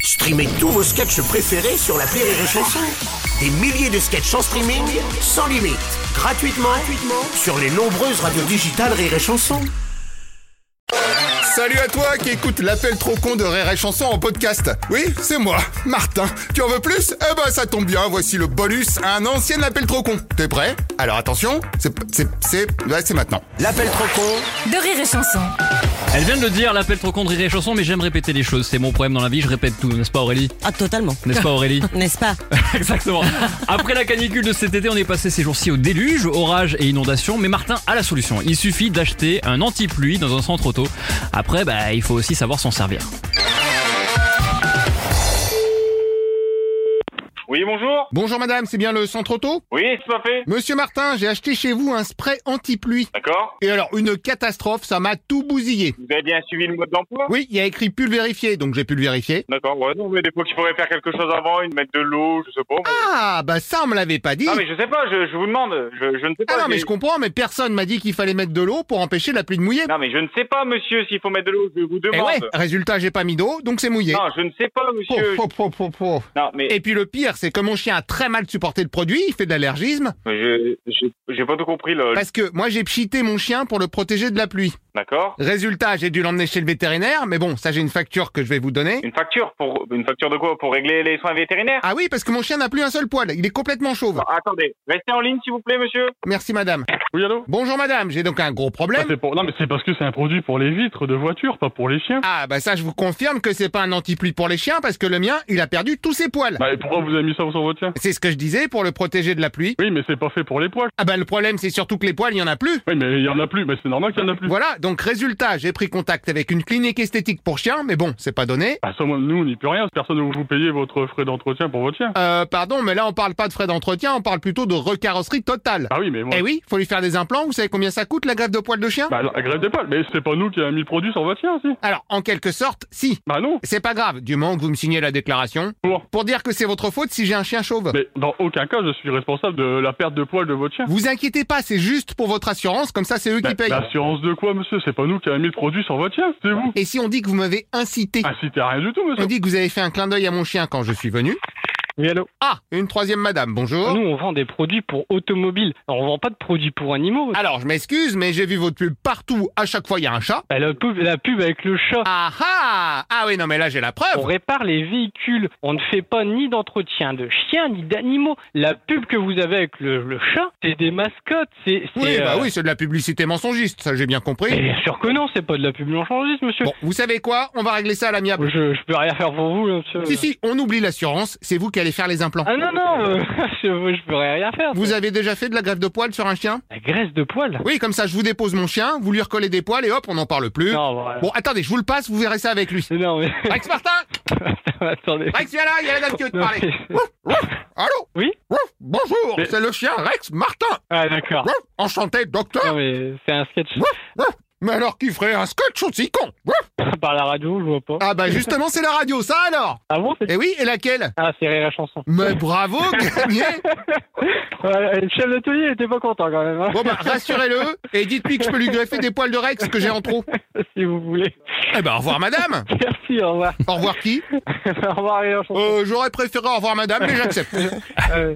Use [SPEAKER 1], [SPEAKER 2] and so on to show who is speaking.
[SPEAKER 1] Streamez tous vos sketchs préférés sur la Rire et Chanson. Des milliers de sketchs en streaming, sans limite, gratuitement, gratuitement sur les nombreuses radios digitales Rire et Chanson.
[SPEAKER 2] Salut à toi qui écoute l'appel trop con de Rire et Chanson en podcast. Oui, c'est moi, Martin. Tu en veux plus Eh ben ça tombe bien, voici le bonus à un ancien appel trop con. T'es prêt Alors attention, c'est c'est c'est ouais, c'est maintenant.
[SPEAKER 1] L'appel trop con
[SPEAKER 3] de rire et chanson.
[SPEAKER 4] Elle vient de le dire, l'appel trop contre et chanson, mais j'aime répéter les choses. C'est mon problème dans la vie, je répète tout, n'est-ce pas Aurélie
[SPEAKER 5] Ah, totalement.
[SPEAKER 4] N'est-ce pas Aurélie
[SPEAKER 5] N'est-ce pas
[SPEAKER 4] Exactement. Après la canicule de cet été, on est passé ces jours-ci au déluge, orages et inondations, mais Martin a la solution. Il suffit d'acheter un anti-pluie dans un centre auto. Après, bah, il faut aussi savoir s'en servir.
[SPEAKER 6] Oui, bonjour.
[SPEAKER 2] Bonjour madame, c'est bien le centre auto
[SPEAKER 6] Oui, tout à fait.
[SPEAKER 2] Monsieur Martin, j'ai acheté chez vous un spray anti-pluie.
[SPEAKER 6] D'accord.
[SPEAKER 2] Et alors, une catastrophe, ça m'a tout bousillé.
[SPEAKER 6] Vous avez bien suivi le mode d'emploi
[SPEAKER 2] Oui, il y a écrit pulvérifier, donc j'ai pulvérifié.
[SPEAKER 6] D'accord, ouais, non, mais des fois qu'il faudrait faire quelque chose avant, une mettre de l'eau, je sais pas. moi.
[SPEAKER 2] Ah, bah ça on me l'avait pas dit.
[SPEAKER 6] Non, Ah, mais je sais pas, je, je vous demande, je, je ne sais pas.
[SPEAKER 2] Ah non, mais
[SPEAKER 6] j'ai-
[SPEAKER 2] je comprends, mais personne m'a dit qu'il fallait mettre de l'eau pour empêcher la pluie de mouiller.
[SPEAKER 6] Non, mais je ne sais pas, monsieur, s'il faut mettre de l'eau, je vous
[SPEAKER 2] Et
[SPEAKER 6] demande.
[SPEAKER 2] Eh ouais, Eh. résultat, j'ai pas mis d'eau, donc c'est mouillé.
[SPEAKER 6] Non, je ne sais pas,
[SPEAKER 2] Oh,
[SPEAKER 6] monsieur.
[SPEAKER 2] oh, oh, oh, oh.
[SPEAKER 6] Non, mais
[SPEAKER 2] Et puis le pire, c'est que mon chien a très mal supporté le produit, il fait de l'allergisme,
[SPEAKER 6] mais je- j'ai j'ai pas tout compris, là.
[SPEAKER 2] parce que moi j'ai pchité mon chien pour le protéger de la pluie.
[SPEAKER 6] D'accord.
[SPEAKER 2] Résultat, j'ai dû l'emmener chez le vétérinaire, mais bon, ça j'ai une facture que je vais vous donner.
[SPEAKER 6] Une facture pour une facture de quoi Pour régler les soins vétérinaires
[SPEAKER 2] Ah oui, parce que mon chien n'a plus un seul poil, il est complètement chauve.
[SPEAKER 6] Non, Attendez, restez en ligne, s'il vous plaît, monsieur.
[SPEAKER 2] Merci madame.
[SPEAKER 7] Oui, allô
[SPEAKER 2] Bonjour madame, j'ai donc un gros
[SPEAKER 7] Ah,
[SPEAKER 2] problème.
[SPEAKER 7] c'est pour- Non, mais c'est parce que c'est un produit pour les vitres de voiture, pas pour les chiens.
[SPEAKER 2] Ah bah ça je vous confirme que c'est pas un anti-pluie pour les chiens, parce que le mien, il a perdu tous ses poils.
[SPEAKER 7] Bah, et pourquoi vous avez mis ça sur votre chien
[SPEAKER 2] C'est ce que je disais pour le protéger de la pluie.
[SPEAKER 7] Oui, mais c'est pas fait pour les poils.
[SPEAKER 2] Ah bah le problème c'est surtout que les poils, il y en a plus.
[SPEAKER 7] Oui, mais il y en a plus, mais c'est normal qu'il y en a plus.
[SPEAKER 2] Voilà, donc résultat, j'ai pris contact avec une clinique esthétique pour chiens, mais bon, c'est pas donné.
[SPEAKER 7] Bah, ça, moi, nous, on n'y peut rien. Personne ne vous payer votre frais d'entretien pour votre chien.
[SPEAKER 2] Euh, pardon, mais là on parle pas de frais d'entretien, on parle plutôt de recarrosserie totale.
[SPEAKER 7] Ah oui, mais moi.
[SPEAKER 2] Eh oui, faut lui faire des implants, vous savez combien ça coûte la greffe de poils de chien
[SPEAKER 7] Bah, la grève des poils, mais c'est pas nous qui avons mis le produit sur votre chien, si.
[SPEAKER 2] Alors, en quelque sorte, si.
[SPEAKER 7] Bah, non.
[SPEAKER 2] C'est pas grave, du moment que vous me signez la déclaration.
[SPEAKER 7] Pour.
[SPEAKER 2] Pour dire que c'est votre faute si j'ai un chien chauve.
[SPEAKER 7] Mais dans aucun cas, je suis responsable de la perte de poils de votre chien.
[SPEAKER 2] Vous inquiétez pas, c'est juste pour votre assurance, comme ça c'est eux
[SPEAKER 7] Bah,
[SPEAKER 2] qui payent.
[SPEAKER 7] L'assurance de quoi, monsieur C'est pas nous qui avons mis le produit sur votre chien, c'est vous.
[SPEAKER 2] Et si on dit que vous m'avez incité
[SPEAKER 7] Ah, si t'es rien du tout,
[SPEAKER 2] On
[SPEAKER 7] monsieur.
[SPEAKER 2] dit que vous avez fait un clin d'œil à mon chien quand je suis venu.
[SPEAKER 8] Oui, allô
[SPEAKER 2] Ah, une troisième madame, bonjour.
[SPEAKER 8] Nous, on vend des produits pour automobiles. Alors, on vend pas de produits pour animaux.
[SPEAKER 2] Alors, je m'excuse, mais j'ai vu votre pub partout, à chaque fois il y a un chat.
[SPEAKER 8] Bah, la, pub, la pub avec le chat.
[SPEAKER 2] Ah ah Ah oui, non mais là j'ai la
[SPEAKER 8] On
[SPEAKER 2] preuve
[SPEAKER 8] répare les véhicules. On ne fait pas ni d'entretien de chiens, ni d'animaux. La pub que vous avez avec le, le chat, c'est des mascottes. C'est, c'est,
[SPEAKER 2] Oui, bah
[SPEAKER 8] euh,
[SPEAKER 2] oui, c'est de la publicité mensongiste, ça j'ai bien
[SPEAKER 8] mais
[SPEAKER 2] compris.
[SPEAKER 8] bien sûr que non, c'est pas de la pub non changiste, monsieur.
[SPEAKER 2] Bon, vous savez quoi On va régler ça à l'amiable.
[SPEAKER 8] Je, je peux rien faire pour vous, là, monsieur.
[SPEAKER 2] Si, si, on oublie l'assurance, c'est vous qui allez faire les implants.
[SPEAKER 8] Ah non, non, euh, je, je peux rien faire.
[SPEAKER 2] Vous avez déjà fait de la greffe de poils sur un chien
[SPEAKER 8] La graisse de poil
[SPEAKER 2] Oui, comme ça je vous dépose mon chien, vous lui recollez des poils et hop, on n'en parle plus.
[SPEAKER 8] Non, voilà.
[SPEAKER 2] Bon, attendez, je vous le passe, vous verrez ça avec lui.
[SPEAKER 8] Non, mais.
[SPEAKER 2] Rex Martin
[SPEAKER 8] Attendez.
[SPEAKER 2] Rex, viens là, il y a la dame qui veut te
[SPEAKER 8] Non,
[SPEAKER 2] parler.
[SPEAKER 8] mais-
[SPEAKER 2] Ouf, ouf, Allô
[SPEAKER 8] Oui
[SPEAKER 2] Ouf, Bonjour,
[SPEAKER 7] Mais-
[SPEAKER 2] c'est le chien Rex Martin.
[SPEAKER 8] Ah, d'accord.
[SPEAKER 2] Ouf, Enchanté, docteur.
[SPEAKER 8] Non, mais c'est un sketch
[SPEAKER 2] Mais alors qui ferait un scotch aussi con Ouf.
[SPEAKER 8] par la radio, je vois pas.
[SPEAKER 2] Ah bah justement, c'est la radio, ça alors
[SPEAKER 8] Ah bon c'est-
[SPEAKER 2] Eh oui, et laquelle
[SPEAKER 8] Ah, c'est rire la chanson.
[SPEAKER 2] Mais bravo, gagné
[SPEAKER 8] Voilà, le chef d'atelier il était pas content quand même, hein,
[SPEAKER 2] Bon bah, rassurez-le et dites-lui que je peux lui greffer des poils de Rex que j'ai en trop.
[SPEAKER 8] si vous voulez.
[SPEAKER 2] Eh ben, au revoir madame
[SPEAKER 8] Merci, au revoir.
[SPEAKER 2] Au revoir qui
[SPEAKER 8] au revoir, rire la chanson.
[SPEAKER 2] Euh, j'aurais préféré au revoir madame, mais j'accepte.
[SPEAKER 8] Euh,